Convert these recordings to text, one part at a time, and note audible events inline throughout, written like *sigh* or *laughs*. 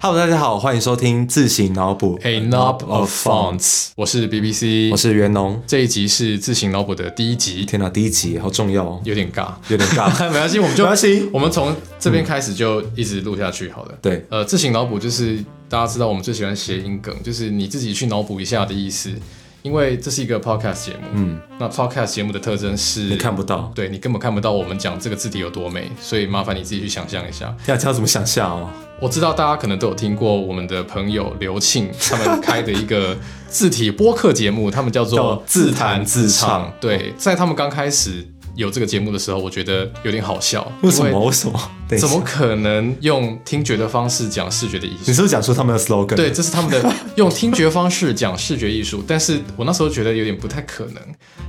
Hello，大家好，欢迎收听自行脑补 A Knob of Fonts，我是 BBC，我是袁农。这一集是自行脑补的第一集，天哪，第一集好重要哦，有点尬， *laughs* 有点尬。没关系，我们就没关系嗯我们从这边开始就一直录下去好了。对，呃，自行脑补就是大家知道我们最喜欢谐音梗，就是你自己去脑补一下的意思，因为这是一个 podcast 节目，嗯，那 podcast 节目的特征是你看不到，对你根本看不到我们讲这个字体有多美，所以麻烦你自己去想象一下。要教怎么想象哦？我知道大家可能都有听过我们的朋友刘庆他们开的一个字体播客节目，他们叫叫做自弹自唱。对，在他们刚开始有这个节目的时候，我觉得有点好笑，为什因么？为什么？等一下怎么？可能用听觉的方式讲视觉的艺你 *laughs* 术？是不是讲出他们的 slogan？对，，这是他们 *laughs* 的用听觉方式讲视觉艺术，但是我那时候觉得有点不太可能，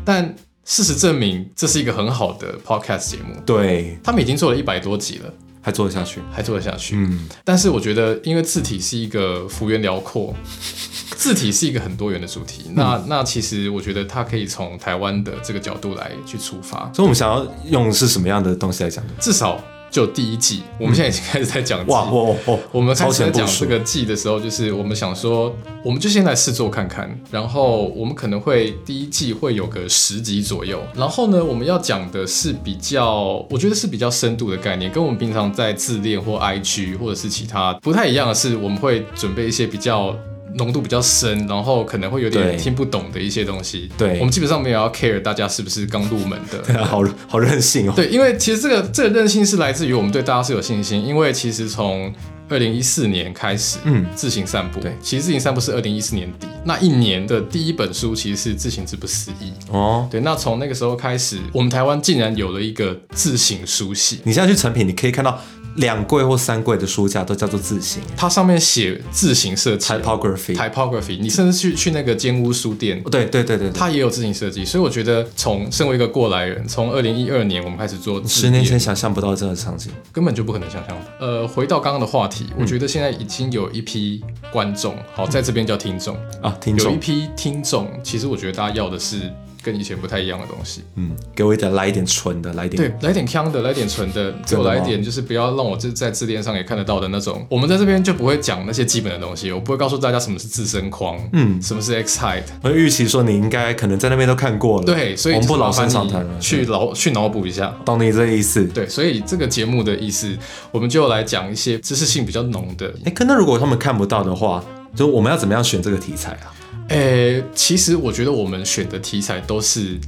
但事实证明这是一个很好的 podcast 节目，对，他们已经做了一百多集了。还做得下去。还做得下去。嗯，但是我觉得，因为字体是一个幅员辽阔， *laughs* 字体是一个很多元的主题。嗯那那其实我觉得它可以从台湾的这个角度来去出发，所以我们想要用的是什么样的东西来讲呢？至少就第一季，我们现在已经开始在讲季。哇，哦哦，我们开超始在前部讲署这。个季的时候，就是我们想说，我们就先来试做看看，然后我们可能会第一季会有个十集左右，然后呢，我们要讲的是比较，我觉得是比较深度的概念，跟我们平常在自恋或 IG 或者是其他不太一样的是，我们会准备一些比较。浓度比较深，然后可能会有对点听不懂的一些东西。对我们基本上没有要 care 大家是不是刚入门的， *laughs* 好好任性哦，对，因为其实这个这个韧性是来自于我们对大家是有信心，因为其实从二零一四年开始，嗯自行散步，对其实自行散步是二零一四年底那一年的第一本书，其实是《自行之不思议》。哦，对，那从那个时候开始，我们台湾竟然有了一个自行书系，你现在去成品，你可以看到两柜或三柜的书架都叫做字型它上面写自行设计 typography。 typography，你甚至去去那个间屋书店，对对对对对，它也有自行设计，所以我觉得从身为一个过来人，从二零一二年我们开始做字十年典前想象不到这样的场景。根本就不可能想象。呃，回到刚刚的话题，嗯我觉得现在已经有一批观众，好，在这边叫听众，啊，听有一众，批听众，其实我觉得大家要的是跟以前不太一样的东西。嗯，给我一点来一点纯的，来一对点，，来点腔的，来点纯的，给真的我吗来一点，就是不要让我这在字典上也看得到的那种。我们在这边就不会讲那些基本的东西，我不会告诉大家什么是自身框，嗯嗯，什么是 X height，我预期说你应该可能在那边都看过了，对，所以我们不就是老麻烦生常你谈了，去对脑去脑补一下。懂你这个意思。对，所以这个节目的意思，我们就来讲一些知识性比较浓的，哎，可那如果他们看不到的话，就我们要怎么样选这个题材啊？诶、呃其实我觉得我们选的题材都是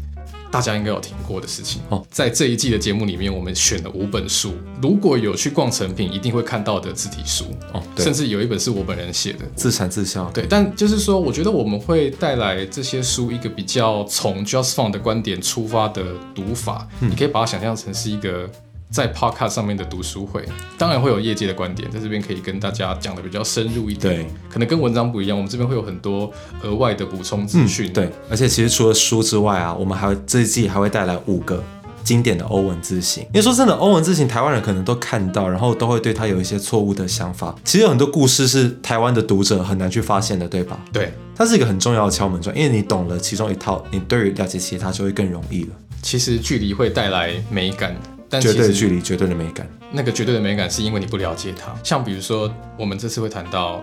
大家应该有听过的事情哦哦。在这一季的节目里面，我们选了五本书，如果有去逛成品，一定会看到的字体书，哦，甚对，至有一本是我本人写的。自产自销，对，但就是说，我觉得我们会带来这些书一个比较从 Just Fun 的观点出发的读法，嗯你可以把它想象成是一个在 Podcast 上面的读书会，当然会有业界的观点，在这边可以跟大家讲的比较深入一点。对，可能跟文章不一样，我们这边会有很多额外的补充资讯、嗯对，而且其实除了书之外啊，我们还会这一季还会带来五个。经典的欧文字形，因为说真的，欧文字形台湾人可能都看到，然后都会对他有一些错误的想法。其实有很多故事是台湾的读者很难去发现的，对吧？对，它是一个很重要的敲门砖，因为你懂了其中一套，你对于了解其他就会更容易了。其实距离会带来美感，但绝其对的距实离，绝对的美感。那个绝对的美感是因为你不了解它。像比如说，我们这次会谈到，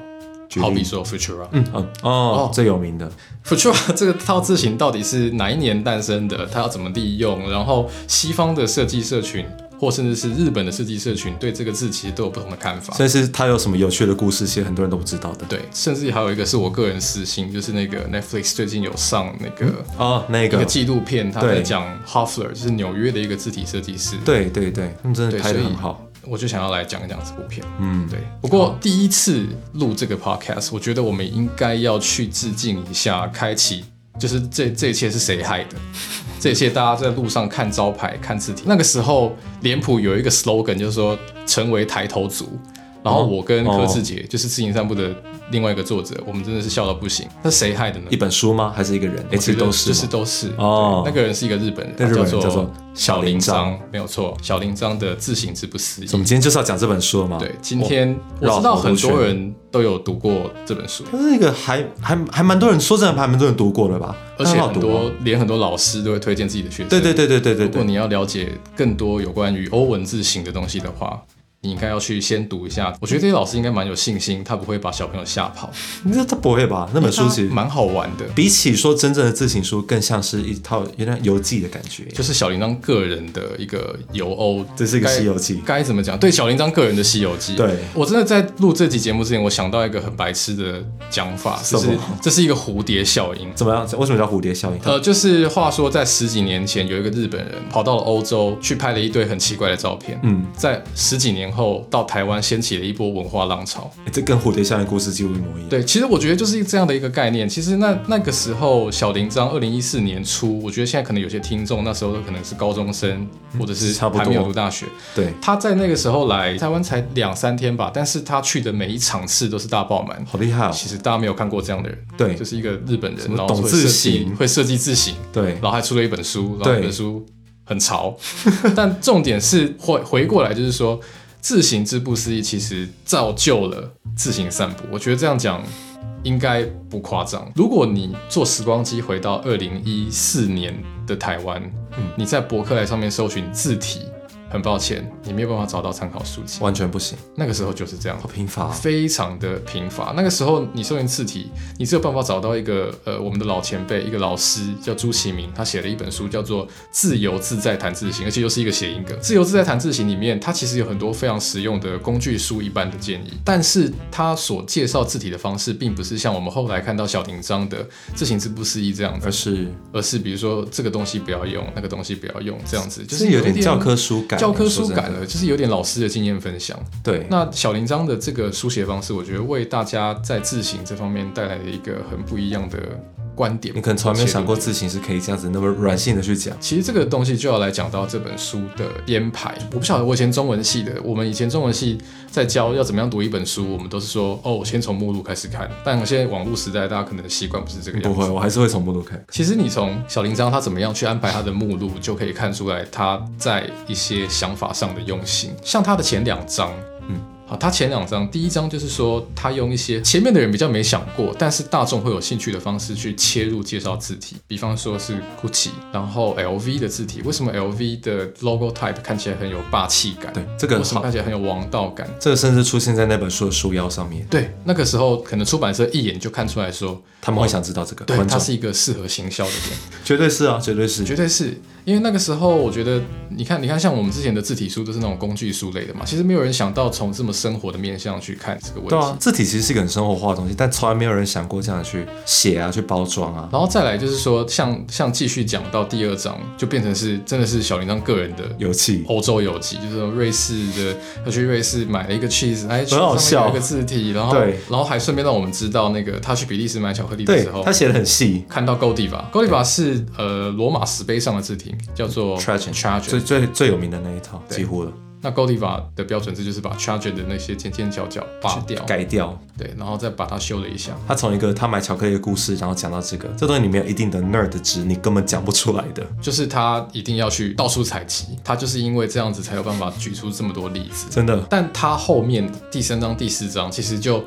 举例好比说 Futura，Futura、嗯，哦，哦哦最有名的 Futura 啊这个套字型到底是哪一年诞生的？它要怎么利用？然后西方的设计社群，或甚至是日本的设计社群，对这个字其实都有不同的看法。但是它有什么有趣的故事，其实很多人都不知道的。对，甚至还有一个是我个人私心，就是那个 Netflix 最近有上那个、哦，那一个个，纪录片，他对在讲 Hoffler，就是纽约的一个字体设计师。，对对对，他们真的对拍的所以很好。我就想要来讲一讲这部片。嗯，对，不过第一次录这个 podcast，我觉得我们应该要去致敬一下，开启就是这这一切是谁害的？ *laughs* 这一切大家在路上看招牌、看字体，那个时候脸谱有一个 slogan，就是说成为抬头族。然后我跟柯志哦杰，就是《自行散步》的另外一个作者，我们真的是笑到不行。那谁害的呢？一本书吗？还是一个人？哎，我其实觉得都是就嘛。是都是哦哦。对那个人是一个日本人，那日本人他叫叫做做小林章章，没有错。小林章的《自行之不思议我》。们今天就是要讲这本书嘛。对，今天我绕知道好多很多圈人都有读过这本书，它是一个还还还蛮多人说真的，还蛮多人读过的吧？而且那好很读哦吗多嗯连很多老师都会推荐自己的学生。对对对对对对如果对，你要了解更多有关于欧文字形的东西的话，你应该要去先读一下。我觉得这些老师应该蛮有信心，他不会把小朋友吓跑，那他不会吧？那本书其实蛮好玩的。比起说真正的自行书，更像是一套有点游记的感觉。就是小铃铛个人的一个游欧，这是一个该西游记该怎么讲？对，小铃铛个人的《西游记》。对我真的在录这期节目之前，我想到一个很白痴的讲法，就什是么这是一个蝴蝶效应。怎么样？为什么叫蝴蝶效应？呃，就是话说，在十几年前，有一个日本人跑到了欧洲去拍了一堆很奇怪的照片。嗯，在十几年后到台湾掀起了一波文化浪潮。欸这跟蝴蝶效应故事几乎一模一样。对，其实我觉得就是这样的一个概念。其实那那个时候，小林章二零一四年初，我觉得现在可能有些听众那时候都可能是高中生，或者是嗯差不多还没有读大学。对，他在那个时候来台湾才两三天吧，但是他去的每一场次都是大爆满。好厉害哦！其实大家没有看过这样的人，对就是一个日本人，么然后懂会字设计型会设计字型，对然，后还出了一本书，然后对那本书很潮， *laughs* 但重点是回回过来就是说，自行之不思议其实造就了自行散步。我觉得这样讲应该不夸张。如果你坐时光机回到二零一四年的台湾，嗯你在博客来上面搜寻字体，很抱歉，你没有办法找到参考书籍。完全不行，那个时候就是这样好。贫乏哦、非常的贫乏。那个时候你搜寻字体，你只有办法找到一个呃，我们的老前辈，一个老师叫朱其明，他写了一本书叫做《自由自在谈字形》，而且又是一个谐音梗。《自由自在谈字形》里面，它其实有很多非常实用的工具书一般的建议，但是它所介绍字体的方式，并不是像我们后来看到小廷章的“字形之不思议”这样子而，是而是比如说这个东西不要用，那个东西不要用，这样子，就是有点教科书感，教科书说真的感了，就是有点老师的经验分享。对，那小铃章的这个书写方式，我觉得为大家在自行这方面带来了一个很不一样的观点。你可能从来没有想过自行是可以这样子那么软性的去讲。其实这个东西就要来讲到这本书的编排。我不晓得我以前中文系的，我们以前中文系在教要怎么样读一本书，我们都是说哦，我先从目录开始看。但现在网络时代，大家可能习惯不是这个样不子。会，我还是会从目录看。其实你从小铃章他怎么样去安排他的目录，就可以看出来他在一些想法上的用心。像他的前两章，嗯嗯，好，他前两章，第一章就是说他用一些前面的人比较没想过，但是大众会有兴趣的方式去切入介绍字体，比方说是 Gucci，然后 LV 的字体，为什么 LV 的 logo type 看起来很有霸气感？对，这个为什么好，看起来很有王道感？这个甚至出现在那本书的书腰上面，对，那个时候可能出版社一眼就看出来说，他们会想知道这个。对，观它众是一个适合行销的点。绝对是啊，绝对是。绝对是因为那个时候，我觉得你看，你看，像我们之前的字体书都是那种工具书类的嘛，其实没有人想到从这么生活的面向去看这个问对题。啊，字体其实是一个很生活化的东西，但从来没有人想过这样去写啊，去包装啊。然后再来就是说，像像继续讲到第二章，就变成是真的是小铃铛个人的有气，欧洲游记，就是说瑞士的，要去瑞士买了一个 cheese，哎，啊很好笑上面有一个字体，然后对然后还顺便让我们知道那个他去比利时买巧克力的对时候他。写的很细，看到 Godiva，Godiva 是呃罗马石碑上的字体，叫做 Trajan Trajan 最最最有名的那一套，对几乎了，那 Godiva 的标准字就是把 Charger 的那些尖尖角角拔掉，改掉。对，然后再把它修了一下。他从一个他买巧克力的故事，然后讲到这个，这东西里面有一定的 nerd 值，你根本讲不出来的。就是他一定要去到处采集，他就是因为这样子才有办法举出这么多例子。真的，但他后面第三章、第四章其实就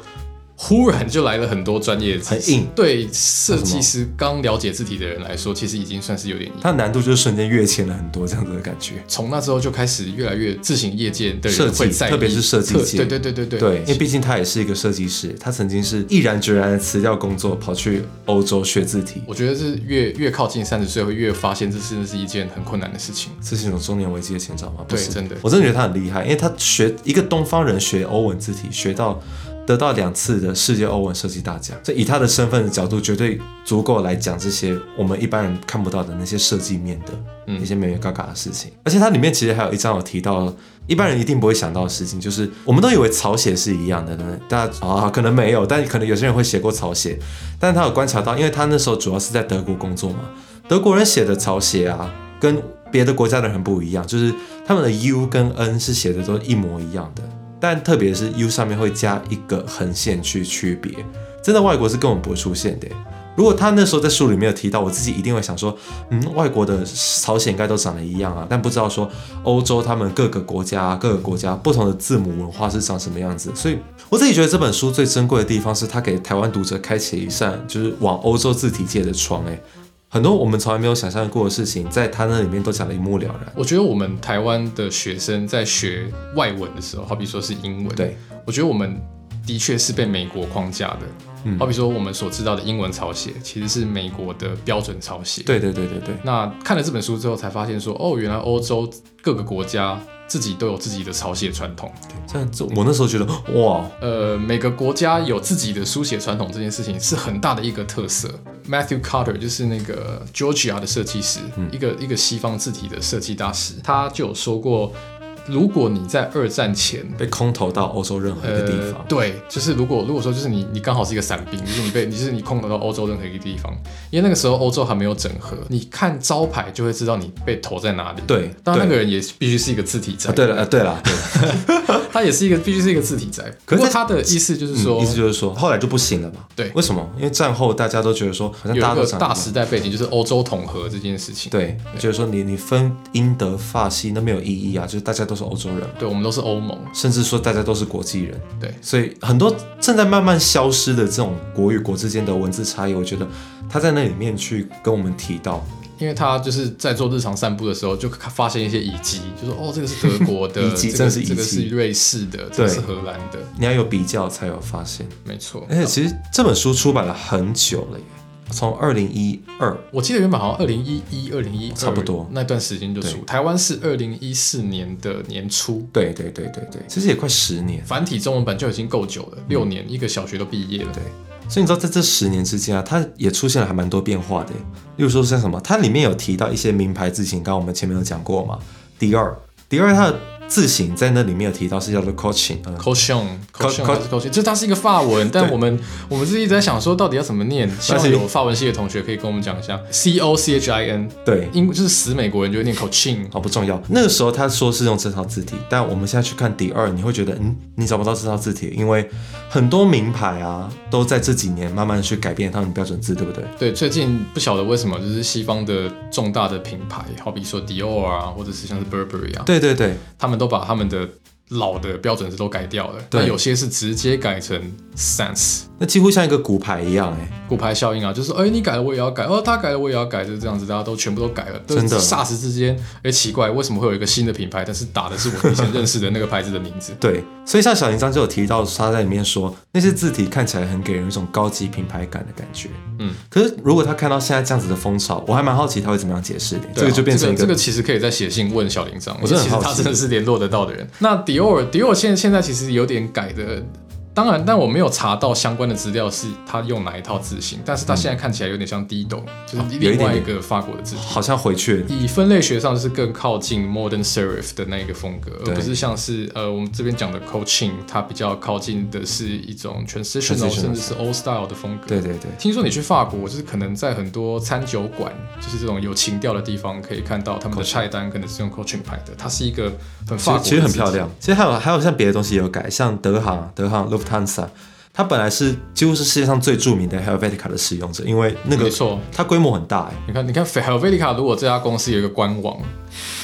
忽然就来了很多专业知识很硬对设计师刚了解字体的人来说，其实已经算是有点硬。它难度就是瞬间跃迁了很多，这样子的感觉。从那之后就开始越来越自行业界的设人计会在意，特别是设计特界对对对对对对，因为毕竟他也是一个设计师，他曾经是毅然决然的辞掉工作，跑去欧洲学字体。我觉得是越越靠近三十岁，会越发现这真的是一件很困难的事情。这是一种中年危机的前兆吗？不对是，真的我真的觉得他很厉害，因为他学一个东方人学欧文字体，学到得到两次的世界欧文设计大奖，所以以他的身份的角度，绝对足够来讲这些我们一般人看不到的那些设计面的、嗯一些美美嘎嘎的事情。而且它里面其实还有一章有提到。一般人一定不会想到的事情，就是我们都以为草写是一样的，对不对？大家啊、可能没有，但可能有些人会写过草写，但他有观察到，因为他那时候主要是在德国工作嘛，德国人写的草写啊，跟别的国家的人很不一样，就是他们的 U 跟 N 是写的都一模一样的，但特别是 U 上面会加一个横线去区别，这在外国是根本不会出现的耶。如果他那时候在书里面有提到，我自己一定会想说，嗯，外国的朝鲜应该都长得一样啊，但不知道说欧洲他们各个国家、各个国家不同的字母文化是长什么样子。所以我自己觉得这本书最珍贵的地方是，它给台湾读者开启一扇就是往欧洲字体界的窗、欸。很多我们从来没有想象过的事情，在他那里面都讲得一目了然。我觉得我们台湾的学生在学外文的时候，好比说是英文，对，我觉得我们的确是被美国框架的。嗯好比说我们所知道的英文抄写，其实是美国的标准抄写。对对对对对，那看了这本书之后，才发现说，哦，原来欧洲各个国家自己都有自己的抄写传统。这样这我那时候觉得哇，呃，每个国家有自己的书写传统，这件事情是很大的一个特色。Matthew Carter 就是那个 Georgia 的设计师，嗯一个一个西方字体的设计大师，他就有说过，如果你在二战前呃被空投到欧洲任何一个地方，对，就是如果如果说就是你你刚好是一个伞兵， *laughs* 就是你被你就是你空投到欧洲任何一个地方，因为那个时候欧洲还没有整合，你看招牌就会知道你被投在哪里。，对，当然那对个人也必须是一个字体宅，啊，对了，呃，对了，对他也是一个必须是一个字体宅。可是不过在他的意思就是嗯说，意思就是说，后来就不行了嘛。对为什么？因为战后大家都觉得说，好像有一大家都个长大一样时代背景，就是欧洲统合这件事情。对，觉得说你你分英德法西那没有意义啊，就是大家都是欧洲人嘛，对，我们都是欧盟。甚至说大家都是国际人，对，所以很多正在慢慢消失的这种国与国之间的文字差异，我觉得他在那里面去跟我们提到，因为他就是在做日常散步的时候，就发现一些遗迹，就说哦，这个是德国 *laughs* 的，遗迹这真个是遗迹这个是瑞士的，这个是荷兰的，你要有比较才有发现。没错。而且其实这本书出版了很久了耶，从二零一二，我记得原本好像二零一一、二零一差不多那段时间就出。台湾是二零一四年的年初，对对对对对，其实也快十年。繁体中文版就已经够久了，嗯六年，一个小学都毕业了。对所以你知道，在这十年之间啊，它也出现了还蛮多变化的耶。例如说像什么，它里面有提到一些名牌字型，刚刚我们前面有讲过嘛。第二，第二它的字型在那里面有提到是叫做 coaching，嗯 c o c h o n c o Co- c h o n 还是 c o c h o n 就它是一个法文，但我们我们是一直在想说到底要怎么念，希望有法文系的同学可以跟我们讲一下 C O C H I N，对，英就是死美国人就会念 c o c h i n 好不重要。那个时候他说是用这套字体，但我们现在去看第二，你会觉得嗯，你找不到这套字体，因为很多名牌啊都在这几年慢慢去改变他们标准字，对不对？对，最近不晓得为什么，就是西方的重大的品牌，好比说 Dior 啊，或者是像是 Burberry 啊，对对对，他们都把他们的老的标准字都改掉了，对那有些是直接改成 Sans，那几乎像一个骨牌一样哎、骨牌效应啊，就是哎、你改了我也要改，哦他改了我也要改，就是这样子，大家都全部都改了，都真的？霎时之间，哎、奇怪，为什么会有一个新的品牌，但是打的是我以前认识的那个牌子的名字对，所以像小林章就有提到，他在里面说那些字体看起来很给人一种高级品牌感的感觉。嗯，可是如果他看到现在这样子的风潮，我还蛮好奇他会怎么样解释的。这对个啊就变成一这个、这个其实可以再写信问小林章，我真的很因为其实好他奇真的是联络得到的人。那迪奥尔，迪奥尔现现在其实有点改的。当然，但我没有查到相关的资料是他用哪一套字型，但是他现在看起来有点像 Dido，、就是有一另点外一点个法国的字体。好像回去了以分类学上就是更靠近 modern serif 的那一个风格，对而不是像是呃我们这边讲的 coaching，它比较靠近的是一种 transitional Transitional 甚至是 old style 的风格。对对对，听说你去法国，就是可能在很多餐酒馆，就是这种有情调的地方，可以看到他们的菜单可能是用 coaching 排的，它是一个很其法实国的其实很字体漂亮。。其实还有还有像别的东西也有改，像德航、德航 Lufthansa，它本来是几乎是世界上最著名的 Helvetica 的使用者，因为那个没错它规模很大哎、你看，你看 Helvetica，如果这家公司有一个官网，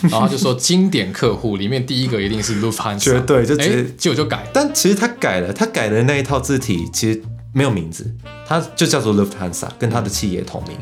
然后他就说经典客户里面第一个一定是 Lufthansa，绝对就直接哎结果就改了。但其实它改了，它改的那一套字体其实没有名字，它就叫做 Lufthansa，跟它的企业同名。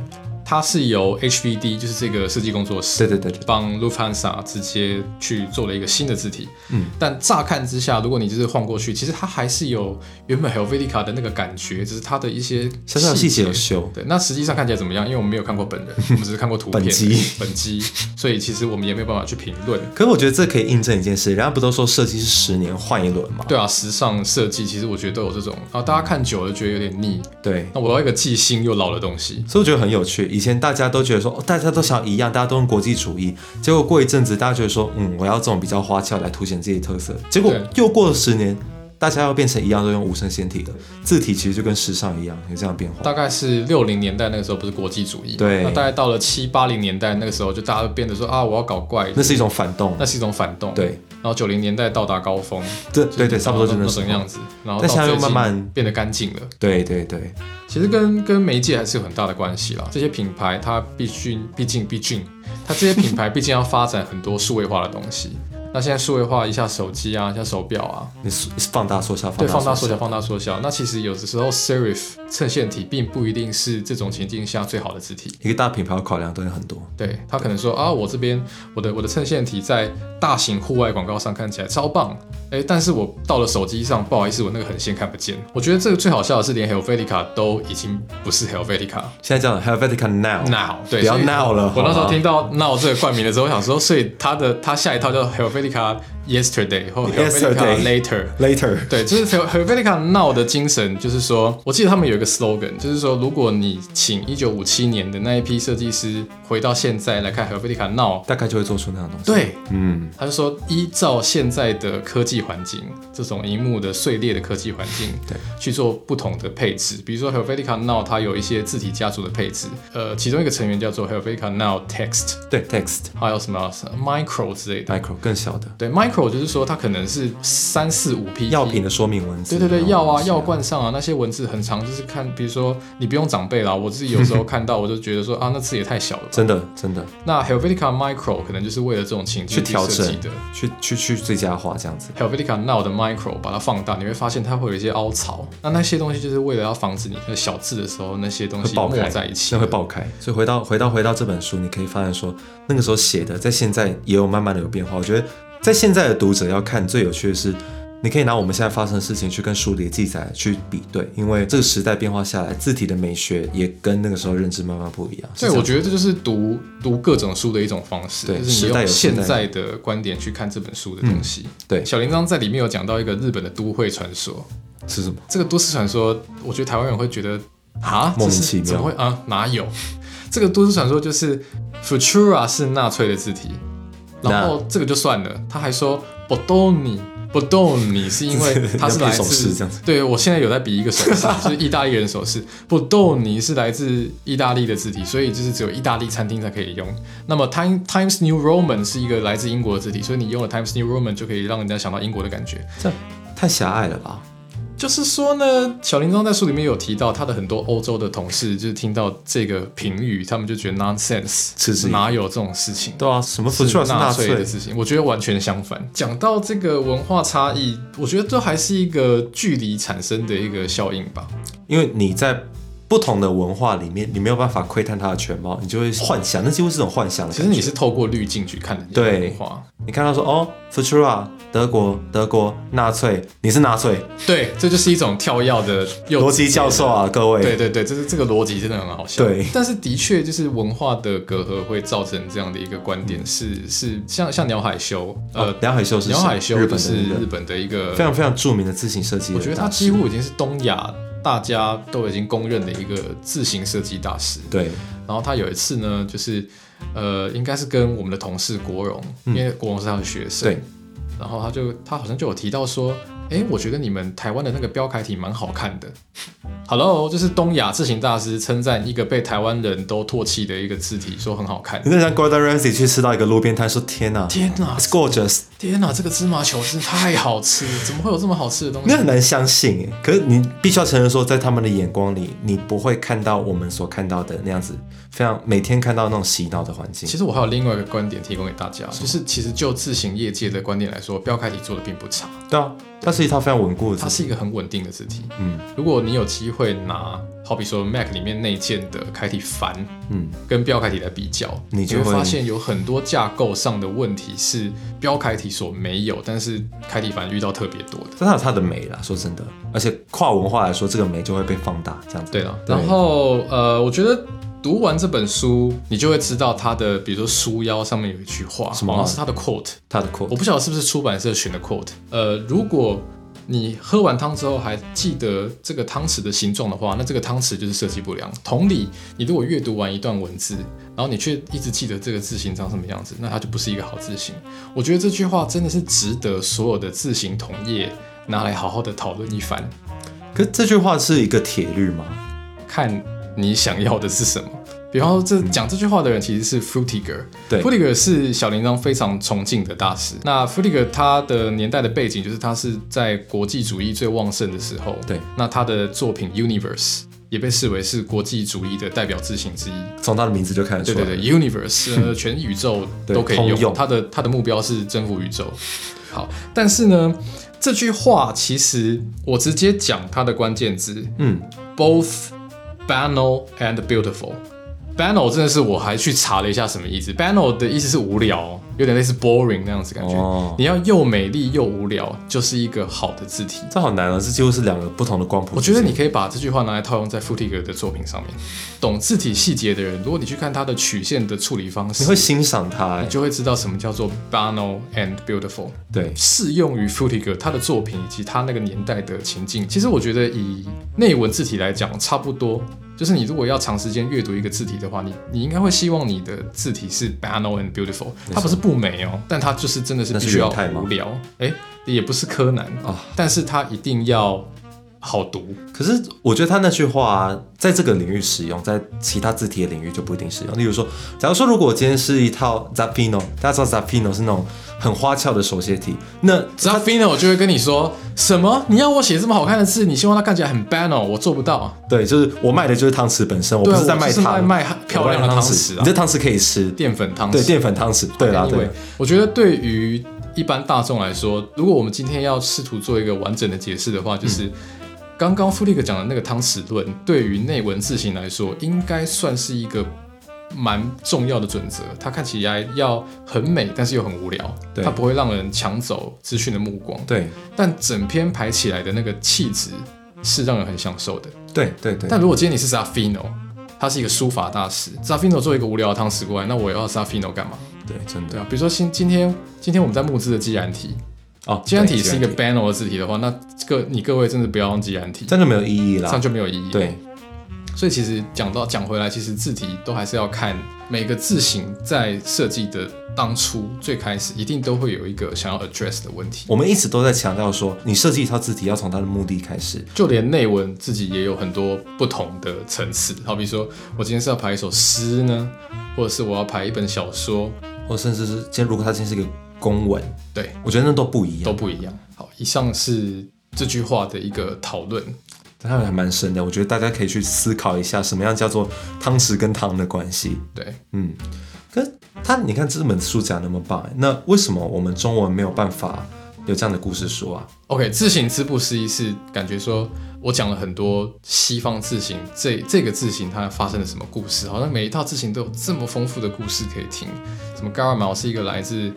它是由 HVD，就是这个设计工作室，对对对对。帮 Lufthansa 直接去做了一个新的字体。嗯，但乍看之下，如果你就是晃过去，其实它还是有原本 Helvetica 的那个感觉，只是它的一些小小细节有节。修，对，那实际上看起来怎么样？因为我们没有看过本 *laughs* 人，我们只是看过图片、本机、本机，所以其实我们也没有办法去评论。可是我觉得这可以印证一件事，人家不都说设计是十年换一轮吗？对啊，时尚设计其实我觉得都有这种啊，大家看久了觉得有点腻。对，那我要一个既新又老的东西，所以我觉得很有趣。以前大家都觉得说，哦，大家都想一样，大家都用国际主义。结果过一阵子，大家觉得说，嗯，我要这种比较花俏来凸显自己的特色。结果对又过了十年，大家又变成一样都用无声纤体的字体，其实就跟时尚一样有这样的变化。大概是六零年代那个时候不是国际主义嘛，对那大概到了七八零年代那个时候，就大家都变得说啊，我要搞怪，那是一种反动那，是一种反动，。对，然后九零年代到达高峰，对对对，差不多就那那种种样。子，然后但到现在又最近慢慢变得干净了。对对对，其实跟跟媒介还是有很大的关系啦。这些品牌它必须，毕竟毕竟，它这些品牌毕竟要发展很多数位化的东西。 *laughs* 那现在数位化一下手机啊，一下手表啊，你缩放大缩小，对，放大缩缩小，放大缩小。那其实有的时候 serif 衬线体并不一定是这种情境下最好的字体。一个大品牌要考量的东西很多，对他可能说啊，我这边我的我的衬线体在大型户外广告上看起来超棒，哎，但是我到了手机上，不好意思，我那个横线看不见。我觉得这个最好笑的是，连 Helvetica 都已经不是 Helvetica 现在这样还有 Vatican Now， now，对，不要所以闹了我那时好候吗听到 now 这个冠名的时候，我想说，所以他的他下一套叫 Helvetica Yesterday 或 Helvetica Yesterday Later。 Later，对，就是 Helvetica Now 的精神，就是说，我记得他们有一个 slogan，就是说，如果你请一九五七年的那一批设计师回到现在来看 Helvetica Now，大概就会做出那样的东西。，对，嗯，他就说，依照现在的科技环境，这种荧幕的碎裂的科技环境，对，去做不同的配置。比如说 Helvetica Now，它有一些字体家族的配置，呃，其中一个成员叫做 Helvetica Now Text，对，Text 还有什么 Micro 之类的。 Micro 更小的对，Micro 就是说它可能是三四五 P 药品的说明文字，对对对，那种药啊东西药，罐上啊那些文字很长，就是看，比如说你不用长辈啦，我自己有时候看到我就觉得说啊，那字也太小了吧。真的真的那 Helvetica Micro 可能就是为了这种情境去调设计整的。，去去去最佳化这样子。 Helvetica Now 的 Micro 把它放大，你会发现它会有一些凹槽，那那些东西就是为了要防止你在小字的时候那些东嗯会西爆磨开在一起真。的会爆开。所以回到回到回到这本书，你可以发现说，那个时候写的，在现在也有慢慢的有变化。我觉得在现在的读者要看最有趣的是，你可以拿我们现在发生的事情去跟书里的记载去比对，因为这个时代变化下来，字体的美学也跟那个时候认知慢慢不一样。对，是这我样觉得这就是读读各种书的一种方式，对就是时你代用有时代现的嗯在的观点去看这本书的东西。对小铃铛在里面有讲到一个日本的都会传说，是什么？这个都市传说，我觉得台湾人会觉得啊，莫名这是其妙怎么会啊？哪有？这个都市传说就是 Futura 是纳粹的字体，然后这个就算了，他还说 Bodoni。Bodoni 是 *laughs* 因为它是来要比手势这自样子，对我现在有在比一个手势， *laughs* 就是意大利人手势。Bodoni 是来自意大利的字体，所以就是只有意大利餐厅才可以用。那么 Time Times New Roman 是一个来自英国的字体，所以你用了 Times New Roman 就可以让人家想到英国的感觉。这太狭隘了吧？就是说呢，小林章在书里面有提到，他的很多欧洲的同事就是听到这个评语，他们就觉得 nonsense，嗤之以鼻哪有这种事情？对啊，什么 f u t u r 是纳纳粹粹的？事情，我觉得完全相反。讲到这个文化差异，我觉得这还是一个距离产生的一个效应吧。因为你在。不同的文化里面，你没有办法窥探它的全貌，你就会幻想，那几乎是一种幻想的其感觉。实你是透过滤镜去看人家的文化，你看到说哦，Futura 德国德国纳粹，你是纳粹，对，这就是一种跳跃的又逻辑教授啊，各位，对对对，这是这个逻辑真的很好笑。对但是的确就是文化的隔阂会造成这样的一个观点，是是像像鸟海修，呃呃，，梁海秀是谁鸟海修日就本的嗯是那个日本的一个，非常非常著名的字形设计人，啊我觉得他几乎已经是东亚大家都已经公认的一个自行设计大师。对然后他有一次呢，就是呃，应该是跟我们的同事国荣，因为国荣是他的学生，对，然后他就他好像就有提到说，哎，我觉得你们台湾的那个标楷体蛮好看的。Hello，就是东亚字形大师称赞一个被台湾人都唾弃的一个字体，说很好看。你就像 Gordon Ramsay 去吃到一个路边摊，说天哪天哪， ，It's gorgeous，天哪，这个芝麻球真是太好吃，了，怎么会有这么好吃的东你西？很难相信哎。可是你必须要承认说，在他们的眼光里，你不会看到我们所看到的那样子，非常每天看到那种洗脑的环境其。实我还有另外一个观点提供给大家，就是其实就字形业界的观点来说，标楷体做的并不差，对啊，它是一套非常稳固的它字体，是一个很稳定的字体。嗯如果你有机会拿，好比说 Mac 里面内建的楷体繁嗯，跟标楷体来比较，你就会会发现有很多架构上的问题是标楷体所没有，但是楷体繁遇到特别多的。但它有它的美啦，说真的，而且跨文化来说，这个美就会被放大，这样子。对了，然后呃，我觉得读完这本书，你就会知道它的，比如说书腰上面有一句话，什么好像是它的 quote，他的 quote，我不晓得是不是出版社选的 quote。呃，如果你喝完汤之后还记得这个汤匙的形状的话，那这个汤匙就是设计不良。同理，你如果阅读完一段文字，然后你却一直记得这个字形长什么样子，那它就不是一个好字形。我觉得这句话真的是值得所有的字形同业拿来好好的讨论一番，可是这句话是一个铁律吗？看你想要的是什么。比方说这，讲这句话的人其实是 Frutiger，嗯对 f r u t i g e r 是小铃铛非常崇敬的大师。那 Frutiger 他的年代的背景就是他是在国际主义最旺盛的时候，对，那他的作品 Universe。也被视为是国际主义的代表字形之一。从它的名字就看得对出来。对对，universe *laughs* 呃，全宇宙对都可以通用。用它的它的目标是征服宇宙。好，但是呢，这句话其实我直接讲它的关键字嗯， ，both banal and beautiful。banal 真的是我还去查了一下什么意思，banal 的意思是无聊，有点类似 boring 那样子感觉。哦你要又美丽又无聊，就是一个好的字体。这好难啊，这几乎是两个不同的光谱我之觉间。得你可以把这句话拿来套用在富提格的作品上面。懂字体细节的人，如果你去看他的曲线的处理方式，你会欣赏它、你欸，就会知道什么叫做 banal and beautiful，对，适用于 f u t i g e r 他的作品以及他那个年代的情境。其实我觉得以内文字体来讲，差不多。就是你如果要长时间阅读一个字体的话，你你应该会希望你的字体是 banal and beautiful，它不是不美哦，但它就是真的是那是必须要元太吗无聊，哎、也不是柯南，哦但是它一定要好读，可是我觉得他那句话、啊、在这个领域使用，在其他字体的领域就不一定使用。例如说，假如说如果我今天是一套 Zappino，大家知道 Zappino 是那种很花俏的手写体，那只要 Fino 就会跟你说什么？你要我写这么好看的字，你希望它看起来很 banal，我做不到。对，就是我卖的就是汤匙本身，我对不啊是在卖我就是汤，卖卖漂亮我的卖汤匙啊你这汤匙可以吃，淀粉汤匙。对，淀粉汤匙，对啦，因为对，我觉得对于一般大众来说，如果我们今天要试图做一个完整的解释的话，嗯就是。刚刚弗利克讲的那个汤匙论，对于内文字形来说，应该算是一个蛮重要的准则。它看起来要很美，但是又很无聊，对它不会让人抢走资讯的目光。对，但整篇排起来的那个气质是让人很享受的。对，对，对，但如果今天你是 Zafino，他是一个书法大师，Zafino 做一个无聊的汤匙过来，那我要 Zafino 干嘛？对，真对的啊，比如说今今天今天我们在募资的既然体，哦，既然体是一个对 banner 的字体的话，那这个你各位真的啊不要用既然体，这样就没有意义这样啦，就没有意义。，对，所以其实讲到讲回来，其实字体都还是要看每个字形在设计的当初最开始，一定都会有一个想要 address 的问题。我们一直都在强调说，你设计一套字体要从它的目的开始，就连内文自己也有很多不同的层次，好比说我今天是要排一首诗呢，或者是我要排一本小说，或甚至是今天如果它今天是一个公文，对，我觉得那都不一样都。不一样。好，以上是这句话的一个讨论。它还蛮深的，我觉得大家可以去思考一下，什么样叫做汤匙跟汤的关系。对，嗯，可是他你看这本书讲得那么棒，那为什么我们中文没有办法有这样的故事书啊？ OK，字形之不思议是感觉说，我讲了很多西方字形，这这个字形它发生了什么故事？好像每一套字形都有这么丰富的故事可以听。什么伽尔毛是一个来自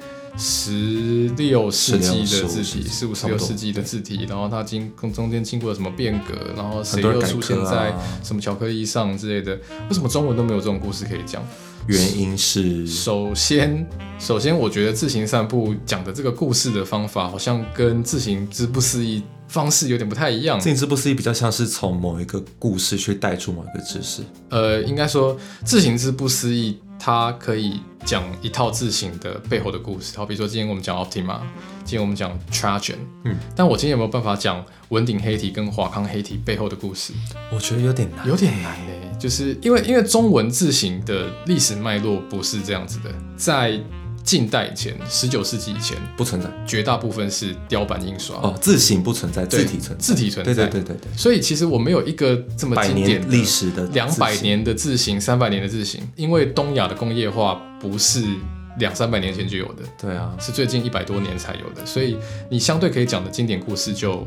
十六世纪16的字体，世纪十五、十差不六多世纪的字体，然后它经中间经过了什么变革，然后很谁多人又改出现革啊在什么巧克力上之类的？为什么中文都没有这种故事可以讲？原因是首先，首先，我觉得自行散步讲的这个故事的方法，好像跟自行之不思议方式有点不太一样“。静之不思议”比较像是从某一个故事去带出某一个知识，呃，应该说自行之不思议，它可以讲一套自行的背后的故事。好比说，今天我们讲 Optima，今天我们讲 Trajan，嗯，但我今天有没有办法讲文鼎黑体跟华康黑体背后的故事？我觉得有点难，有点难嘞、就是因为因为中文字形的历史脉络不是这样子的，在近代以前，十九世纪以前。不存在绝大部分是雕版印刷，哦，字形不存在，对字体存在，字体存在。对对对对对，所以其实我们有一个这么百经典年历史的两字百形，年的字形、三百年的字形，因为东亚的工业化不是两三百年前就有的，对啊，是最近一百多年才有的，所以你相对可以讲的经典故事就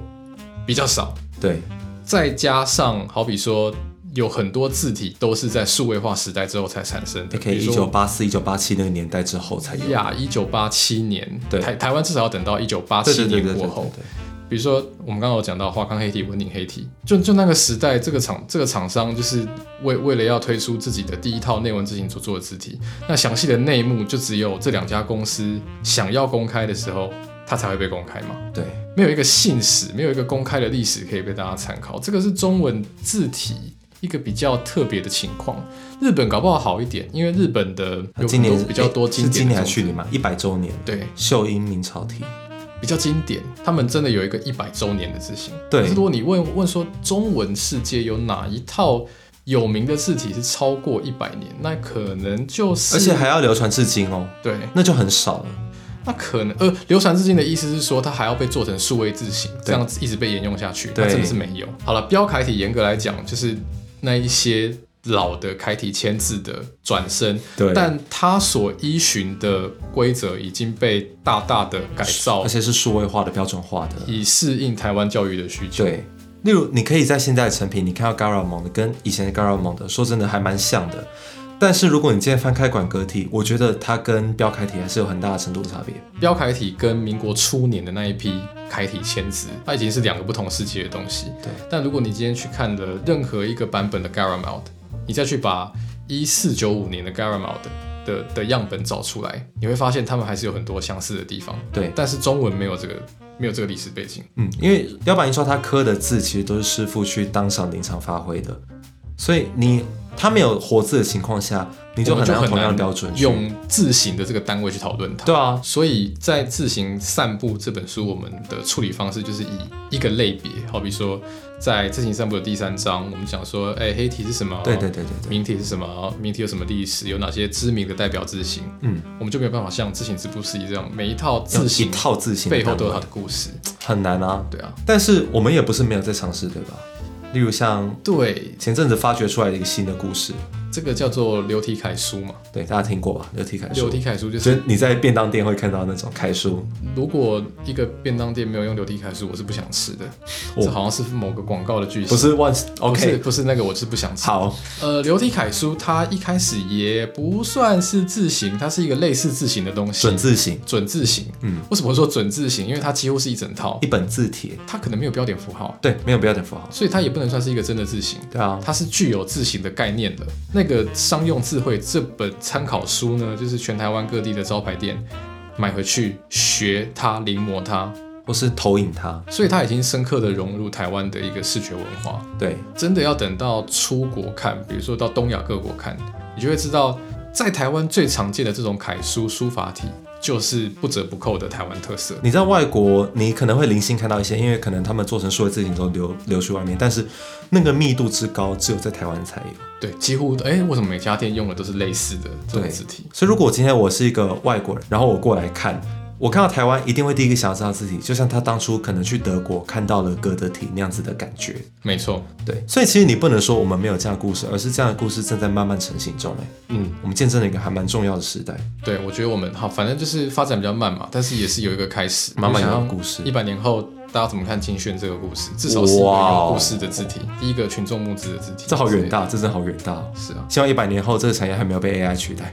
比较少。对，再加上好比说。有很多字体都是在数位化时代之后才产生的，也可以比一如九说八四、一九八七那个年代之后才有，呀，一九八七年，对台台湾至少要等到一九八对七对对年对对过对后，对比如说我们刚刚有讲到华康黑体、文鼎黑体，就就那个时代，这个厂这个厂商就是为为了要推出自己的第一套内文字型所做的字体，那详细的内幕就只有这两家公司想要公开的时候，它才会被公开嘛。对，没有一个信史，没有一个公开的历史可以被大家参考，这个是中文字体一个比较特别的情况。日本搞不好好一点，因为日本的啊有今很年多比较多诶经是今典的年还种去族，年嘛，一百周年对，秀英明朝体，比较经典，他们真的有一个一百周年的字型。对可是如果你问问说中文世界有哪一套有名的字体是超过一百年，那可能就是而且还要流传至今哦，对，那就很少了。那可能呃，流传至今的意思是说它还要被做成数位字型，这样子一直被沿用下去，那对真的是没有。好了，标楷体严格来讲就是。那一些老的楷体签字的转身，对但它所依循的规则已经被大大的改造而，且是数位化的标准化的。以适应台湾教育的需求。对，例如你可以在现在的成品，你看到 Garamond 的跟以前的 Garamond 的，说真的还蛮像的。但是如果你今天翻开馆格体，我觉得它跟标楷体还是有很大的程度的差别。标楷体跟民国初年的那一批楷体签字，它已经是两个不同世界的东西。对，但如果你今天去看了任何一个版本的 Garamond，你再去把一四九五年的 Garamond 的的样本找出来，你会发现他们还是有很多相似的地方。对，但是中文没有这个没有这个历史背景，嗯，因为雕版印刷它刻的字其实都是师傅去当场临场发挥的，所以你他没有活字的情况下，你就我们很难用很同样的难标准去。用字形的这个单位去讨论它。对啊，所以在《自行散步》这本书，我们的处理方式就是以一个类别，好比说在《自行散步》的第三章，我们讲说，哎、黑体是什么？对对对对对，明体是什么？明体有什么历史？有哪些知名的代表字型？嗯，我们就没有办法像自行之不思议这样，每一套要字一型套字型的背后单都有它位的故事。很难啊。对啊，但是我们也不是没有在尝试，对吧？例如像对，前阵子发掘出来的一个新的故事，这个叫做流体楷书嘛。对大家听过吧？流体楷流书，体楷书就就是是，你在便当店会看到那种楷书，如果一个便当店没有用流体楷书，我是不想吃的。哦这好像是某个广告的句型，不是 once 不是 OK 不是那个，我是不想吃。好，呃，流体楷书它一开始也不算是字形，它是一个类似字形的东西。准字型准字形，嗯，为什么说准字形？因为它几乎是一整套一，本字帖，它可能没有标点符号，对，啊没有标点符号，所以它也不能算是一个真的字形，对啊，它是具有字形的概念的。那个商用智慧这本参考书呢，就是全台湾各地的招牌店买回去学它、临摹它，或是投影它，所以它已经深刻的融入台湾的一个视觉文化。对，真的要等到出国看，比如说到东亚各国看，你就会知道，在台湾最常见的这种楷书书法体，就是不折不扣的台湾特色。你在外国，你可能会零星看到一些，因为可能他们做成数位字型之后流流去外面，但是那个密度之高，只有在台湾才有。对，几乎哎、为什么每家店用的都是类似的这种对字体？所以如果今天我是一个外国人，然后我过来看，我看到台湾一定会第一个想要知道字体，就像他当初可能去德国看到了歌德体那样子的感觉。没错，对，所以其实你不能说我们没有这样的故事，而是这样的故事正在慢慢成型中。哎，嗯，我们见证了一个还蛮重要的时代，对，我觉得我们好，反正就是发展比较慢嘛，但是也是有一个开始。慢慢有个故事一。百年后大家怎么看金萱这个故事？至少是一个哇有哦故事的字体，第一个群众募资的字体。这好远大，这真的好远大哦。是啊，希望一百年后这个产业还没有被 AI 取代。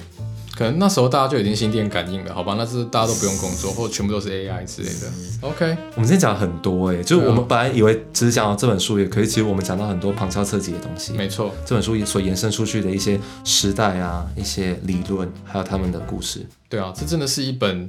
可能那时候大家就已经心电感应了，好吧？那是大家都不用工作，或者全部都是 AI 之类的。OK，我们今天讲了很多哎、就是对啊我们本来以为只是讲到这本书也可以，其实我们讲到很多旁敲侧击的东西。没错，这本书也所延伸出去的一些时代啊、一些理论，还有他们的故事。对啊，这真的是一本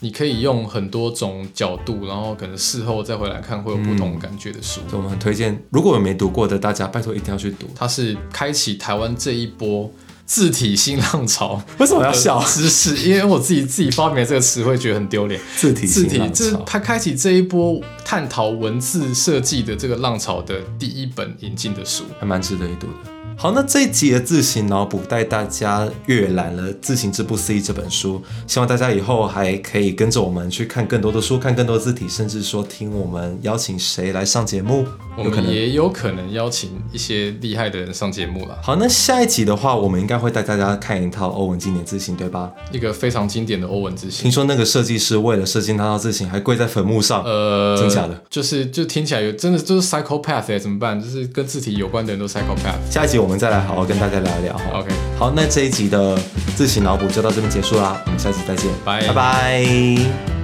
你可以用很多种角度，然后可能事后再回来看会有不同感觉的书。所以我们很推荐，如果有没读过的，大家拜托一定要去读。它是开启台湾这一波字体新浪潮。为什么要 *laughs* 的？知识，因为我自己自己发明了这个词汇，觉得很丢脸。字体字型体浪，这是潮，它开启这一波探讨文字设计的这个浪潮的第一本引进的书。还蛮值得一读的。好，那这一集的字形脑补带大家阅览了《字形之不思议》这本书，希望大家以后还可以跟着我们去看更多的书，看更多的字体，甚至说听我们邀请谁来上节目，我有可们能也有可能邀请一些厉害的人上节目啦，好，那下一集的话，我们应该会带大家看一套欧文经典字型，对吧？一个非常经典的欧文字听型。说那个设计师为了设计那套字型，还跪在坟墓上。呃，真假的？就是就听起来有真的就是 psychopath 哎、怎么办？就是跟字体有关的人都 psychopath。下一集我们再来好好跟大家聊一聊哈。 OK，好，那这一集的字型脑补就到这边结束啦，我们下集再见，拜拜拜